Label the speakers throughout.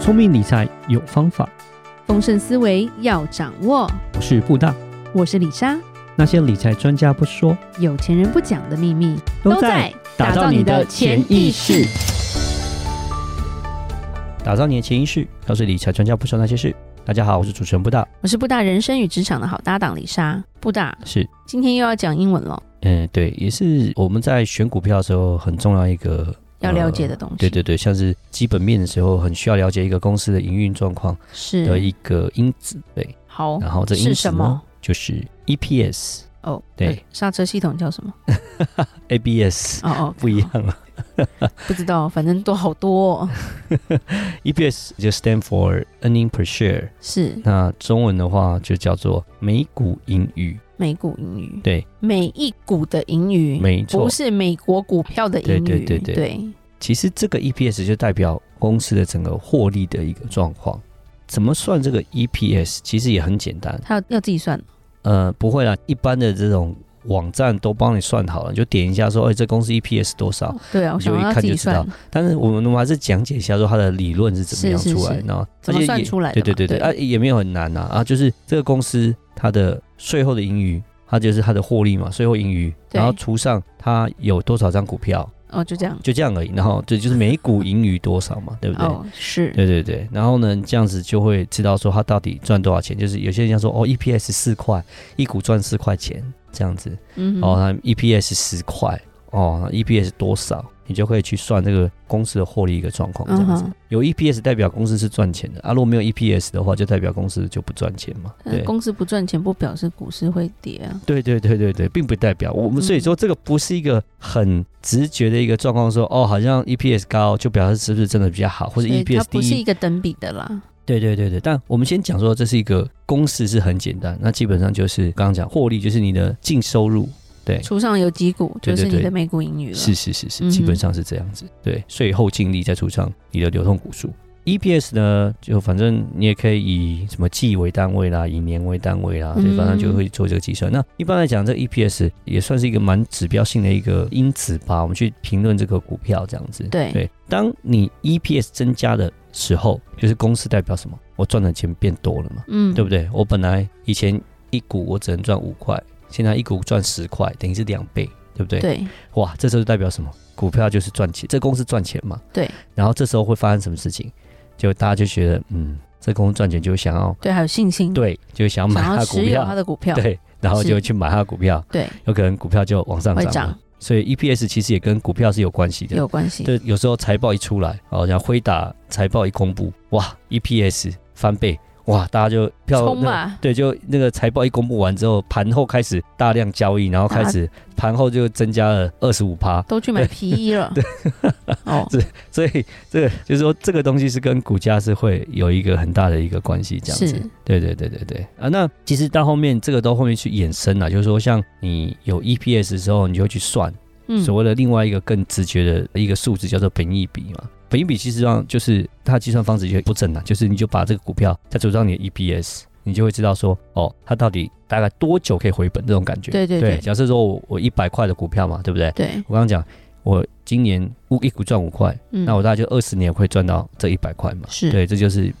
Speaker 1: 聪明理财有方法，
Speaker 2: 丰盛思维要掌握。
Speaker 1: 我是布大。
Speaker 2: 我是李莎，
Speaker 1: 那些理财专家不说，
Speaker 2: 有钱人不讲的秘密
Speaker 1: 打造你的潜意识。，打造你的潜意识，告诉理财专家不说那些事。大家好，我是主持人布大，
Speaker 2: 我是布大人生与职场的好搭档李莎。布大，
Speaker 1: 是。
Speaker 2: 今天又要讲英文了，
Speaker 1: 嗯，对，也是我们在选股票的时候很重要一个
Speaker 2: 要了解的东西。
Speaker 1: 呃对对对，像是基本面的时候，很需要了解一个公司的营运状况的
Speaker 2: 是
Speaker 1: 一个因子。对，
Speaker 2: 好
Speaker 1: 然啊后这因
Speaker 2: 是
Speaker 1: 子
Speaker 2: 什
Speaker 1: 呢
Speaker 2: 么？，
Speaker 1: 哦就是 E EPS、
Speaker 2: 哦，
Speaker 1: 对
Speaker 2: 呃刹车系统叫 什么？
Speaker 1: ABS
Speaker 2: 哦哦，
Speaker 1: 不一样了。
Speaker 2: 不知道，反正都好多、 哦。
Speaker 1: EPS E 就 stand for earning per share，
Speaker 2: 是
Speaker 1: 那中文的话就叫做每股盈余。
Speaker 2: 美股盈余，
Speaker 1: 对，
Speaker 2: 每一股的盈余，
Speaker 1: 没错
Speaker 2: 不是美国股票的盈余。
Speaker 1: 对对对对其实这个 EPS 就代表公司的整个获利的一个状况。怎么算这个 EPS？其实也很简单，
Speaker 2: 他要要自己算。
Speaker 1: 呃，不会啦，一般的这种网站都帮你算好了，你就点一下说，哎、这公司 EPS 多少。
Speaker 2: 对啊，我
Speaker 1: 你就
Speaker 2: 想
Speaker 1: 一
Speaker 2: 要
Speaker 1: 看
Speaker 2: 自己
Speaker 1: 就知道
Speaker 2: 算，
Speaker 1: 但是我们我们还是讲解一下说它的理论是怎么样
Speaker 2: 是是
Speaker 1: 出来
Speaker 2: 是
Speaker 1: 的，然后
Speaker 2: 怎么
Speaker 1: 而且
Speaker 2: 算
Speaker 1: 也
Speaker 2: 出来的
Speaker 1: 对对
Speaker 2: 嘛
Speaker 1: 对对，
Speaker 2: 对
Speaker 1: 啊也没有很难呐啊就是这个公司它的税后的盈余，它就是它的获利嘛，税后盈余，
Speaker 2: 对
Speaker 1: 然后除上它有多少张股票，
Speaker 2: 哦，就这样。
Speaker 1: 就这样而已，然后这就是每股盈余多少嘛，对不对？
Speaker 2: 哦，是，
Speaker 1: 对对对，然后呢，这样子就会知道说它到底赚多少钱。就是有些人讲说，哦，EPS 四块，一股赚四块钱这样子，
Speaker 2: 嗯哼，
Speaker 1: 哦，那 EPS 十块，哦，EPS 多少，你就可以去算这个公司的获利一个状况这
Speaker 2: 嗯
Speaker 1: 样子。
Speaker 2: 哼，
Speaker 1: 有 EPS 代表公司是赚钱的啊，如果没有 EPS 的话，就代表公司就不赚钱嘛。
Speaker 2: 但是
Speaker 1: 对
Speaker 2: 嗯公司不赚钱不表示股市会跌啊。
Speaker 1: 对对对对对，并不代表我
Speaker 2: 嗯
Speaker 1: 们，所以说这个不是一个很直觉的一个状况，说哦，好像 EPS 高就表示是不是真 E 的比较好，或者
Speaker 2: 所以
Speaker 1: EPS
Speaker 2: 它不是
Speaker 1: 低
Speaker 2: 一。个等比的啦。
Speaker 1: 对对对对，但我们先讲说这是一个公式是很简单，那基本上就是刚刚讲获利就是你的净收入，对，
Speaker 2: 除上有几股
Speaker 1: 对
Speaker 2: 就
Speaker 1: 对
Speaker 2: 是你
Speaker 1: 对
Speaker 2: 的每股盈余了。
Speaker 1: 是是是
Speaker 2: 嗯
Speaker 1: 是，
Speaker 2: 哼
Speaker 1: 基本上是这样子。对，税后净利再除上你的流通股数。EPS 呢，就反正你也可以以什么季为单位啦，以年为单位啦，
Speaker 2: 嗯
Speaker 1: 对，反正就会做这个计算。那一般来讲，这 EPS 也算是一个蛮指标性的一个因子吧，我们去评论这个股票这样子。
Speaker 2: 对
Speaker 1: 对，当你 EPS 增加的时候，就是公司代表什么？我赚的钱变多了嘛，
Speaker 2: 嗯，
Speaker 1: 对不对？我本来以前一股我只能赚五块，现在一股赚十块，等于是两倍，对不对？
Speaker 2: 对
Speaker 1: 哇，这时候就代表什么？股票就是赚钱，这公司赚钱嘛。
Speaker 2: 对。
Speaker 1: 然后这时候会发生什么事情？就大家就觉得，嗯，这公司赚钱，就想要
Speaker 2: 对，还有信心，，
Speaker 1: 对，就想要买
Speaker 2: 嗯
Speaker 1: 它
Speaker 2: 想要
Speaker 1: 的股
Speaker 2: 持有它
Speaker 1: 票，
Speaker 2: 的股票，
Speaker 1: 对，然后
Speaker 2: 是
Speaker 1: 就去买它的股票，
Speaker 2: 对，
Speaker 1: 有可能股票就往上
Speaker 2: 会
Speaker 1: 涨嘛。
Speaker 2: 涨
Speaker 1: 所以 EPS 其实也跟股票是有关系的。
Speaker 2: 有关系。
Speaker 1: 对，有时候财报一出来，哦，像辉达财报一公布，哇，EPS 翻倍，哇，大家就票
Speaker 2: 冲
Speaker 1: 那个
Speaker 2: 吧，
Speaker 1: 对，就那个财报一公布完之后，盘后开始大量交易，然后开始盘后就增加了二十五趴，
Speaker 2: 都去买皮 衣了。哦，
Speaker 1: 所以这个就是说，这个东西是跟股价是会有一个很大的一个关系，这样子
Speaker 2: 是。
Speaker 1: 对对对对对啊，那其实到后面这个到后面去衍生了，就是说，像你有 EPS 的时候，你就会去算
Speaker 2: 嗯，
Speaker 1: 所谓的另外一个更直觉的一个数字，叫做本益比嘛。本益比其实上就是它的计算方式就不正了，就是你就把这个股票再除上你的 EPS。你就会知道说，哦，它到底大概多久可以回本这种感觉。
Speaker 2: 对对对
Speaker 1: 假设说我我一百块的股票嘛，对不对？
Speaker 2: 对，
Speaker 1: 我刚刚讲，我今年一股赚五块，
Speaker 2: 嗯，
Speaker 1: 那我大概就二十年会赚到这一百块嘛。
Speaker 2: 是
Speaker 1: 对，这就是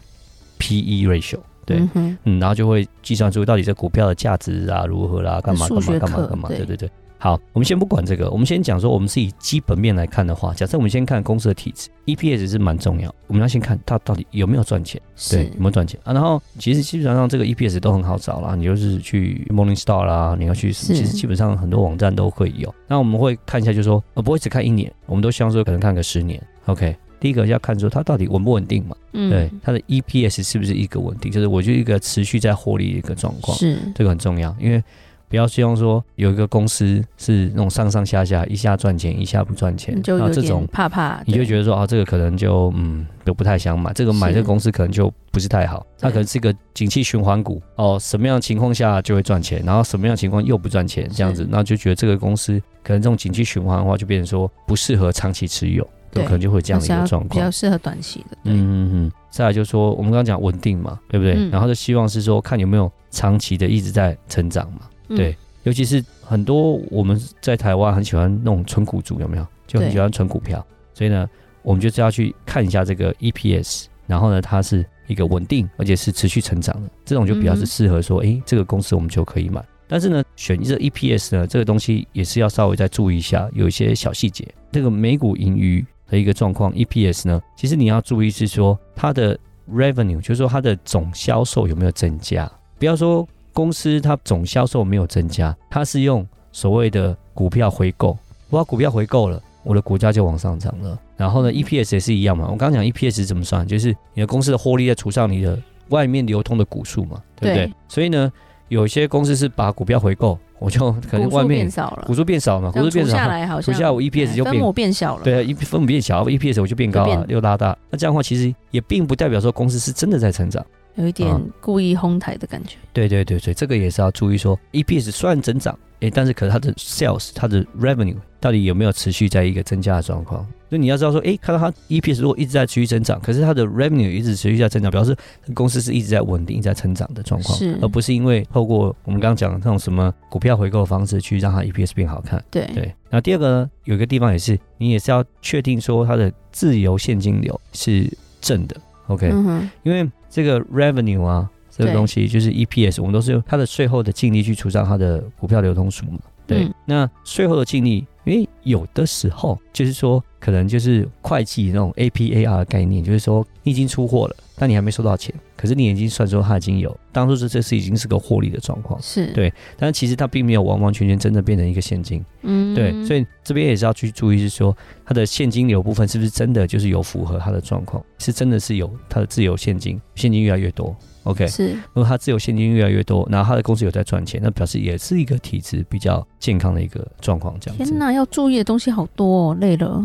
Speaker 1: P/E ratio。对，
Speaker 2: 嗯哼
Speaker 1: 嗯，然后就会计算出到底这股票的价值啊如何啦，干嘛
Speaker 2: 数
Speaker 1: 干
Speaker 2: 学
Speaker 1: 嘛干嘛
Speaker 2: 课
Speaker 1: 干嘛，
Speaker 2: 对
Speaker 1: 对对对。好，我们先不管这个，我们先讲说，我们是以基本面来看的话，假设我们先看公司的体质，EPS 是蛮重要，我们要先看它到底有没有赚钱，对，
Speaker 2: 是
Speaker 1: 有没有赚钱啊？然后其实基本上这个 EPS 都很好找啦，你就是去 Morningstar 啦，你要去，
Speaker 2: 是
Speaker 1: 其实基本上很多网站都会有。那我们会看一下，就是说，呃，不会只看一年，我们都希望说可能看个十年，OK。第一个要看说它到底稳不稳定嘛。
Speaker 2: 嗯，
Speaker 1: 对，它的 EPS 是不是一个稳定？就是我就一个持续在获利的一个状况，
Speaker 2: 是，
Speaker 1: 这个很重要，因为不要希望说有一个公司是那种上上下下，一下赚钱，一下不赚钱
Speaker 2: 你，就
Speaker 1: 那
Speaker 2: 有
Speaker 1: 这
Speaker 2: 点
Speaker 1: 种
Speaker 2: 怕怕，
Speaker 1: 你就觉
Speaker 2: 得
Speaker 1: 得说啊，这个可能就嗯，就不太想买，这个买
Speaker 2: 是
Speaker 1: 这个公司可能就不是太好，它
Speaker 2: 对
Speaker 1: 可能是一个景气循环股哦，什么样的情况下就会赚钱，然后什么样的情况又不赚钱，这样子
Speaker 2: 是，
Speaker 1: 那就觉得这个公司可能这种景气循环的话，就变成说不适合长期持有，有
Speaker 2: 对
Speaker 1: 可能就会有这样的一个状
Speaker 2: 比
Speaker 1: 况
Speaker 2: 较。适合短期的，
Speaker 1: 嗯
Speaker 2: 对，
Speaker 1: 嗯嗯，再来就是说，我们刚刚讲稳定嘛，对不对？
Speaker 2: 嗯
Speaker 1: 然后就希望是说，看有没有长期的一直在成长嘛。
Speaker 2: 嗯
Speaker 1: 对尤其是很多我们在台湾很喜欢那种存股族，有没有？就很
Speaker 2: 对
Speaker 1: 喜欢存股票，所以呢，我们就是要去看一下这个 EPS，然后呢，它是一个稳定而且是持续成长的，这种就比较是适合说，诶，这个公司我们就可以买。但是呢，选这 EPS 呢，这个东西也是要稍微再注意一下，有一些小细节。这个每股盈余的一个状况，EPS 呢，其实你要注意是说它的 revenue，就是说它的总销售有没有增加。不要说公司它总销售没有增加，它是用所谓的股票回购，我把股票回购了，我的股价就往上涨了。然后
Speaker 2: 嗯
Speaker 1: 呢，EPS 也是一样嘛。我刚刚讲 EPS 怎么算，就是你的公司的获利再除上你的外面流通的股数嘛，对不对？
Speaker 2: 对
Speaker 1: 所以呢，有些公司是把股票回购，我就可能
Speaker 2: 股
Speaker 1: 外
Speaker 2: 数
Speaker 1: 面
Speaker 2: 变少了
Speaker 1: 股，数变少嘛，
Speaker 2: 这
Speaker 1: 股
Speaker 2: 样
Speaker 1: 数变
Speaker 2: 除
Speaker 1: 少，
Speaker 2: 下来好
Speaker 1: 除
Speaker 2: 像哎
Speaker 1: 下来我 EPS 就
Speaker 2: 分
Speaker 1: 变
Speaker 2: 母变小了，
Speaker 1: 对啊，一分母变小，EPS 我就变高
Speaker 2: 就
Speaker 1: 啊
Speaker 2: 变，
Speaker 1: 又拉大。那这样的话，其实也并不代表说公司是真的在成长。
Speaker 2: 有一点
Speaker 1: 嗯
Speaker 2: 故意哄抬的感觉。
Speaker 1: 对对对对，这个也是要注意说，EPS 虽然增长，诶，但是可是它的 sales 它的 revenue 到底有没有持续在一个增加的状况？所以你要知道说，诶，看到它 EPS 如果一直在持续增长，可是它的 revenue 一直持续在增长，表示公司是一直在稳定、一直在成长的状况
Speaker 2: 是，
Speaker 1: 而不是因为透过我们刚刚讲的那种什么股票回购的方式去让它 EPS 变好看。
Speaker 2: 对，
Speaker 1: 对，那第二个呢，有一个地方也是，你也是要确定说它的自由现金流是正的，OK，、
Speaker 2: 嗯哼，
Speaker 1: 因为这个 revenue 啊，这个
Speaker 2: 对
Speaker 1: 东西就是 EPS，我们都是用它的税后的净利去除上它的股票流通数嘛。对，
Speaker 2: 嗯
Speaker 1: 那税后的净利，因为有的时候就是说，可能就是会计那种 APAR 的概念，就是说你已经出货了，但你还没收到钱，可是你已经算说它已经有，当初这这是已经是个获利的状况，
Speaker 2: 是，
Speaker 1: 对但其实它并没有完完全全真正变成一个现金。
Speaker 2: 嗯
Speaker 1: 对，所
Speaker 2: 以
Speaker 1: 以这边也是要去注意，是说它的现金流部分是不是真的就是有符合它的状况，是真的是有它的自由现金，现金越来越多。OK，
Speaker 2: 是
Speaker 1: 如果它自由现金越来越多，然后它的公司有在赚钱，那表示也是一个体质比较健康的一个状况，这样
Speaker 2: 天
Speaker 1: 子。
Speaker 2: 哪，要注意的东西好多哦，累了。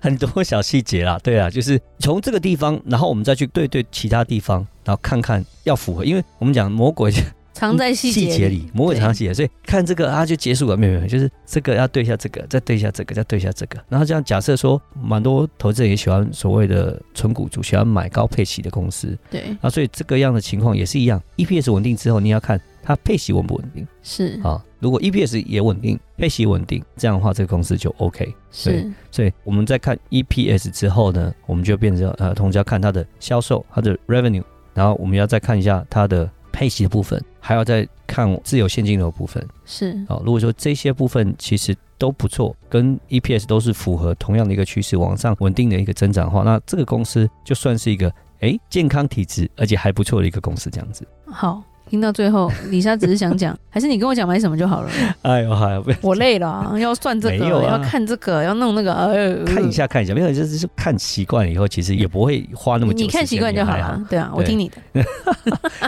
Speaker 1: 很多小细节啦，对啊，就是从这个地方，然后我们再去对对其他地方，然后看看要符合，因为我们讲魔鬼
Speaker 2: 藏在细
Speaker 1: 细节
Speaker 2: 节里，
Speaker 1: 里，魔鬼藏在细节，所以看这个啊就结束了，没有没有，就是这个要对一下这个，再对一下这个，再对一下这个，然后这样假设说，蛮多投资人也喜欢所谓的纯股族，喜欢买高配息的公司，
Speaker 2: 对，
Speaker 1: 啊，所以这个样的情况也是一样，EPS 稳定之后，你要看它配息稳不稳定
Speaker 2: 是
Speaker 1: 啊，如果 EPS 也稳定，配息稳定，这样的话这个公司就 OK。
Speaker 2: 是，
Speaker 1: 所以我们在看 EPS 之后呢，我们就变成呃，同时要看它的销售、它的 revenue，然后我们要再看一下它的配息的部分，还要再看自由现金流的部分。
Speaker 2: 嗯
Speaker 1: 哦
Speaker 2: 是
Speaker 1: 好、如果说这些部分其实都不错，跟 EPS 都是符合同样的一个趋势，往上稳定的一个增长的话，那这个公司就算是一个诶健康体质，而且还不错的一个公司这样子。
Speaker 2: 好。听到最后，李莎只是想讲，还是你跟我讲买什么就好了。
Speaker 1: 哎呦，还不
Speaker 2: 我累了啊、要算这
Speaker 1: 没
Speaker 2: 个，
Speaker 1: 有啊
Speaker 2: 要看这个，要弄那个，呃，
Speaker 1: 看一下看一下，没有，就是就是看习惯了以后，其实也不会花那么
Speaker 2: 你
Speaker 1: 久时间。
Speaker 2: 你看习惯
Speaker 1: 也
Speaker 2: 就好
Speaker 1: 还
Speaker 2: 了。对啊，我
Speaker 1: 对
Speaker 2: 听你的。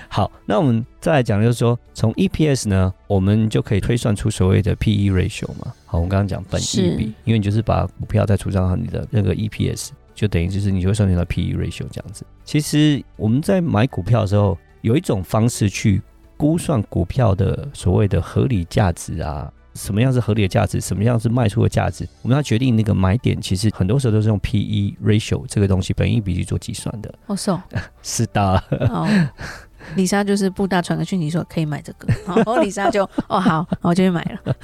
Speaker 1: 好，那我们再来讲，就是说从 EPS 呢，我们就可以推算出所谓的 PE ratio 嘛。好，我们刚刚讲本益
Speaker 2: 是
Speaker 1: 比，因为你就是把股票再除上你的那个 EPS，就等于就是你就会算出到 PE E ratio 这样子。其实我们在买股票的时候，有一种方式去估算股票的所谓的合理价值啊。什么样是合理的价值？什么样是卖出的价值？我们要决定那个买点，其实很多时候都是用 P/E ratio 这个东西本益比去做计算的。
Speaker 2: 哦，是哦，
Speaker 1: 是的，
Speaker 2: 哦，李莎就是布大传个讯息说可以买这个，然后李莎就哦好，然后就去买了。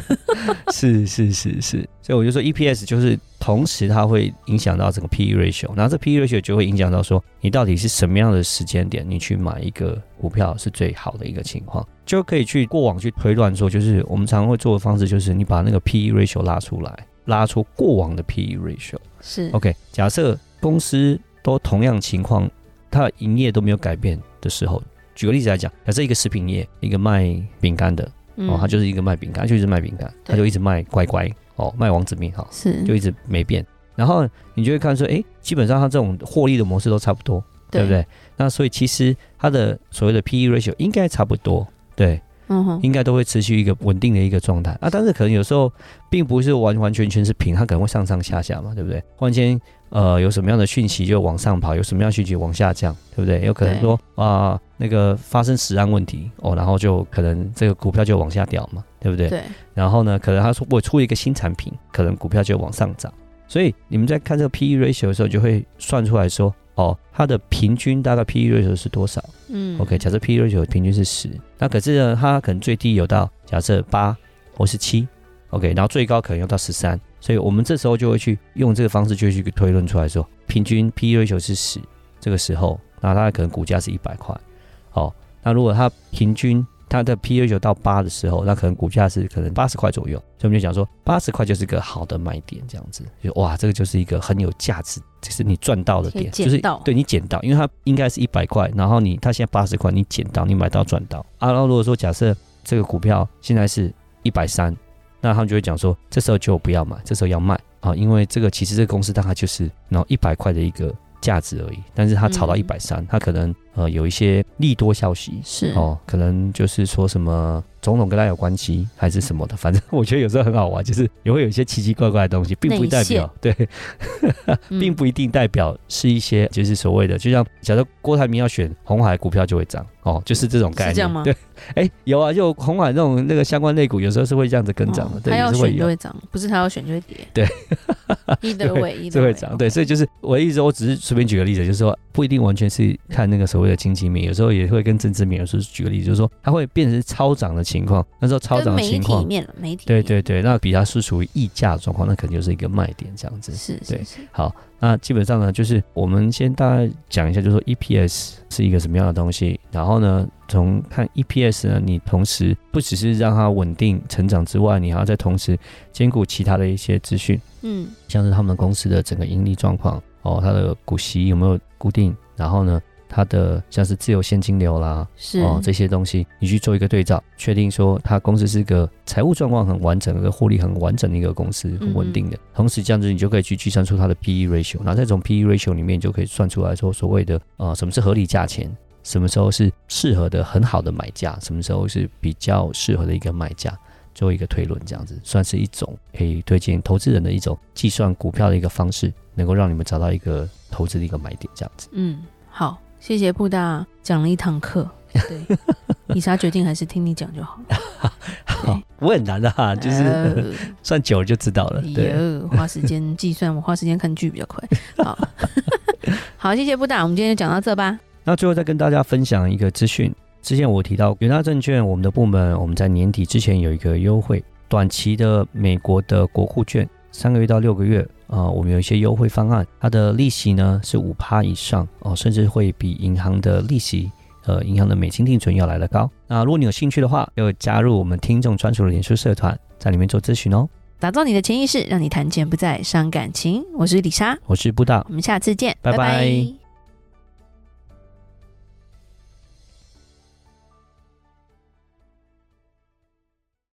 Speaker 1: 是是是是，所以我就说 EPS 就是同时它会影响到整个 PE ratio，然后这 PE ratio 就会影响到说你到底是什么样的时间点你去买一个股票是最好的一个情况，就可以去过往去推断说，就是我们常会做的方式就是你把那个 PE ratio 拉出来，拉出过往的 PE ratio。
Speaker 2: 是
Speaker 1: OK，假设公司都同样情况，它的营业都没有改变的时候，举个例子来讲，假设一个食品业，一个卖饼干的，
Speaker 2: 嗯
Speaker 1: 哦，他就是一个卖饼干，他就一直卖饼干，
Speaker 2: 对
Speaker 1: 他
Speaker 2: 嗯
Speaker 1: 就一直卖乖乖，哦，卖王子面哈，
Speaker 2: 是
Speaker 1: 就一直没变。然后你就会看说，诶，基本上它这种获利的模式都差不多，对不？对？那所以其实它的所谓的 P/E ratio 应该差不多，对，
Speaker 2: 嗯哼，
Speaker 1: 应该都会持续一个稳定的一个状态啊。但是可能有时候并不是完完全全是平，它可能会上上下下嘛，对不对？忽然间，呃，有什么样的讯息就往上跑，有什么样的讯息往下降，对不对？有可能
Speaker 2: 对
Speaker 1: 说啊、那个发生实案问题哦，然后就可能这个股票就往下掉嘛，对不对？
Speaker 2: 对，
Speaker 1: 然后呢，可能他说我出一个新产品，可能股票就往上涨。所以你们在看这个 P/E ratio 的时候，就会算出来说，哦，它的平均大概 P/E ratio 是多少？
Speaker 2: 嗯
Speaker 1: OK，假设 P ratio 平均是十，那可是呢，它可能最低有到假设八或是七，OK，然后最高可能有到十三，所以我们这时候就会去用这个方式就去推论出来说，平均 P/E ratio 是十，这个时候，那它可能股价是一百块，哦，那如果它平均它的 P/E ratio 到八的时候，那可能股价是可能八十块左右，所以我们就讲说八十块就是个好的买点，这样子，就哇，这个就是一个很有价值，就是你赚到的点，
Speaker 2: 可
Speaker 1: 就
Speaker 2: 以
Speaker 1: 是
Speaker 2: 捡到
Speaker 1: 对你捡到，因为它应该是一百块，然后你它现在八十块，你捡到，你买到赚到啊。然后如果说假设这个股票现在是一百三，那他们就会讲说，这时候就不要买，这时候要卖啊，因为这个其实这个公司大概就是然后一百块的一个价值而已，但是它炒到一
Speaker 2: 嗯
Speaker 1: 百三，它可能呃有一些利多消息，
Speaker 2: 是
Speaker 1: 哦，可能就是说什么总统跟他有关系，还是什么的。反正 我觉得有时候很好玩，就是也会有一些奇奇怪怪的东西，并不
Speaker 2: 内
Speaker 1: 代表对，
Speaker 2: 嗯
Speaker 1: 并不一定代表是一些就是所谓的，就像假设郭台铭要选红海股票就会涨哦，就是这种概念。
Speaker 2: 是这样吗
Speaker 1: 对，哎，有啊，就红海那种那个相关类股，有时候是会这样子跟涨的，
Speaker 2: 哦
Speaker 1: 对，
Speaker 2: 他
Speaker 1: 也
Speaker 2: 要
Speaker 1: 是会
Speaker 2: 选就
Speaker 1: 有。
Speaker 2: 会涨，不是他要选就会跌。
Speaker 1: 对
Speaker 2: ，either way，
Speaker 1: 这会涨，对，所以就是我的意思，我只是随便举个例子，就是说不一定完全是看那个所谓的经济面，有时候也会跟政治面。有时候举个例子，就是说它会变成超涨的情况，那时候超
Speaker 2: 跟
Speaker 1: 涨的
Speaker 2: 媒
Speaker 1: 情
Speaker 2: 体
Speaker 1: 况，
Speaker 2: 面了，媒体
Speaker 1: 对
Speaker 2: 面
Speaker 1: 对对，那比它是属于溢价的状况，那肯定就是一个卖点这样子。
Speaker 2: 是是
Speaker 1: 对
Speaker 2: 是
Speaker 1: 好，那基本上呢，就是我们先大概讲一下，就是说 EPS 是一个什么样的东西。然后呢，从看 EPS 呢，你同时不只是让它稳定成长之外，你还要在同时兼顾其他的一些资讯，
Speaker 2: 嗯
Speaker 1: 像是他们公司的整个盈利状况哦，它的股息有没有固定，然后呢，它的像是自由现金流啦，
Speaker 2: 是
Speaker 1: 哦，这些东西你去做一个对照，确定说它公司是个财务状况很完整、个获利很完整的一个公司，很稳定的。同时这样子，你就可以去计算出它的 P/E ratio，然后再从 P/E E ratio 里面就可以算出来说所谓的呃什么是合理价钱，什么时候是适合的很好的买价，什么时候是比较适合的一个卖价。做一个推论，这样子算是一种可以推荐投资人的一种计算股票的一个方式，能够让你们找到一个投资的一个买点，这样子。
Speaker 2: 嗯好，谢谢布大讲了一堂课。 对，以莎决定还是听你讲就好了。
Speaker 1: 好， 我很难的、哈，啊就是、算久了就知道了。对。
Speaker 2: 呃有花时间计算，我花时间看剧比较快。 好，好，谢谢布大，我们今天就讲到这吧。
Speaker 1: 那最后再跟大家分享一个资讯，之前我提到元大证券我们的部门，我们在年底之前有一个优惠，短期的美国的国库券，三个月到六个月啊、呃我们有一些优惠方案，它的利息呢是五趴以上哦，甚至会比银行的利息。呃，银行的美金定存要来得高。那如果你有兴趣的话，要加入我们听众专属的脸书社团，在里面做咨询哦。
Speaker 2: 打造你的潜意识，让你谈钱不再伤感情。我是李莎，
Speaker 1: 我是布大，
Speaker 2: 我们下次见，
Speaker 1: 拜拜
Speaker 2: 拜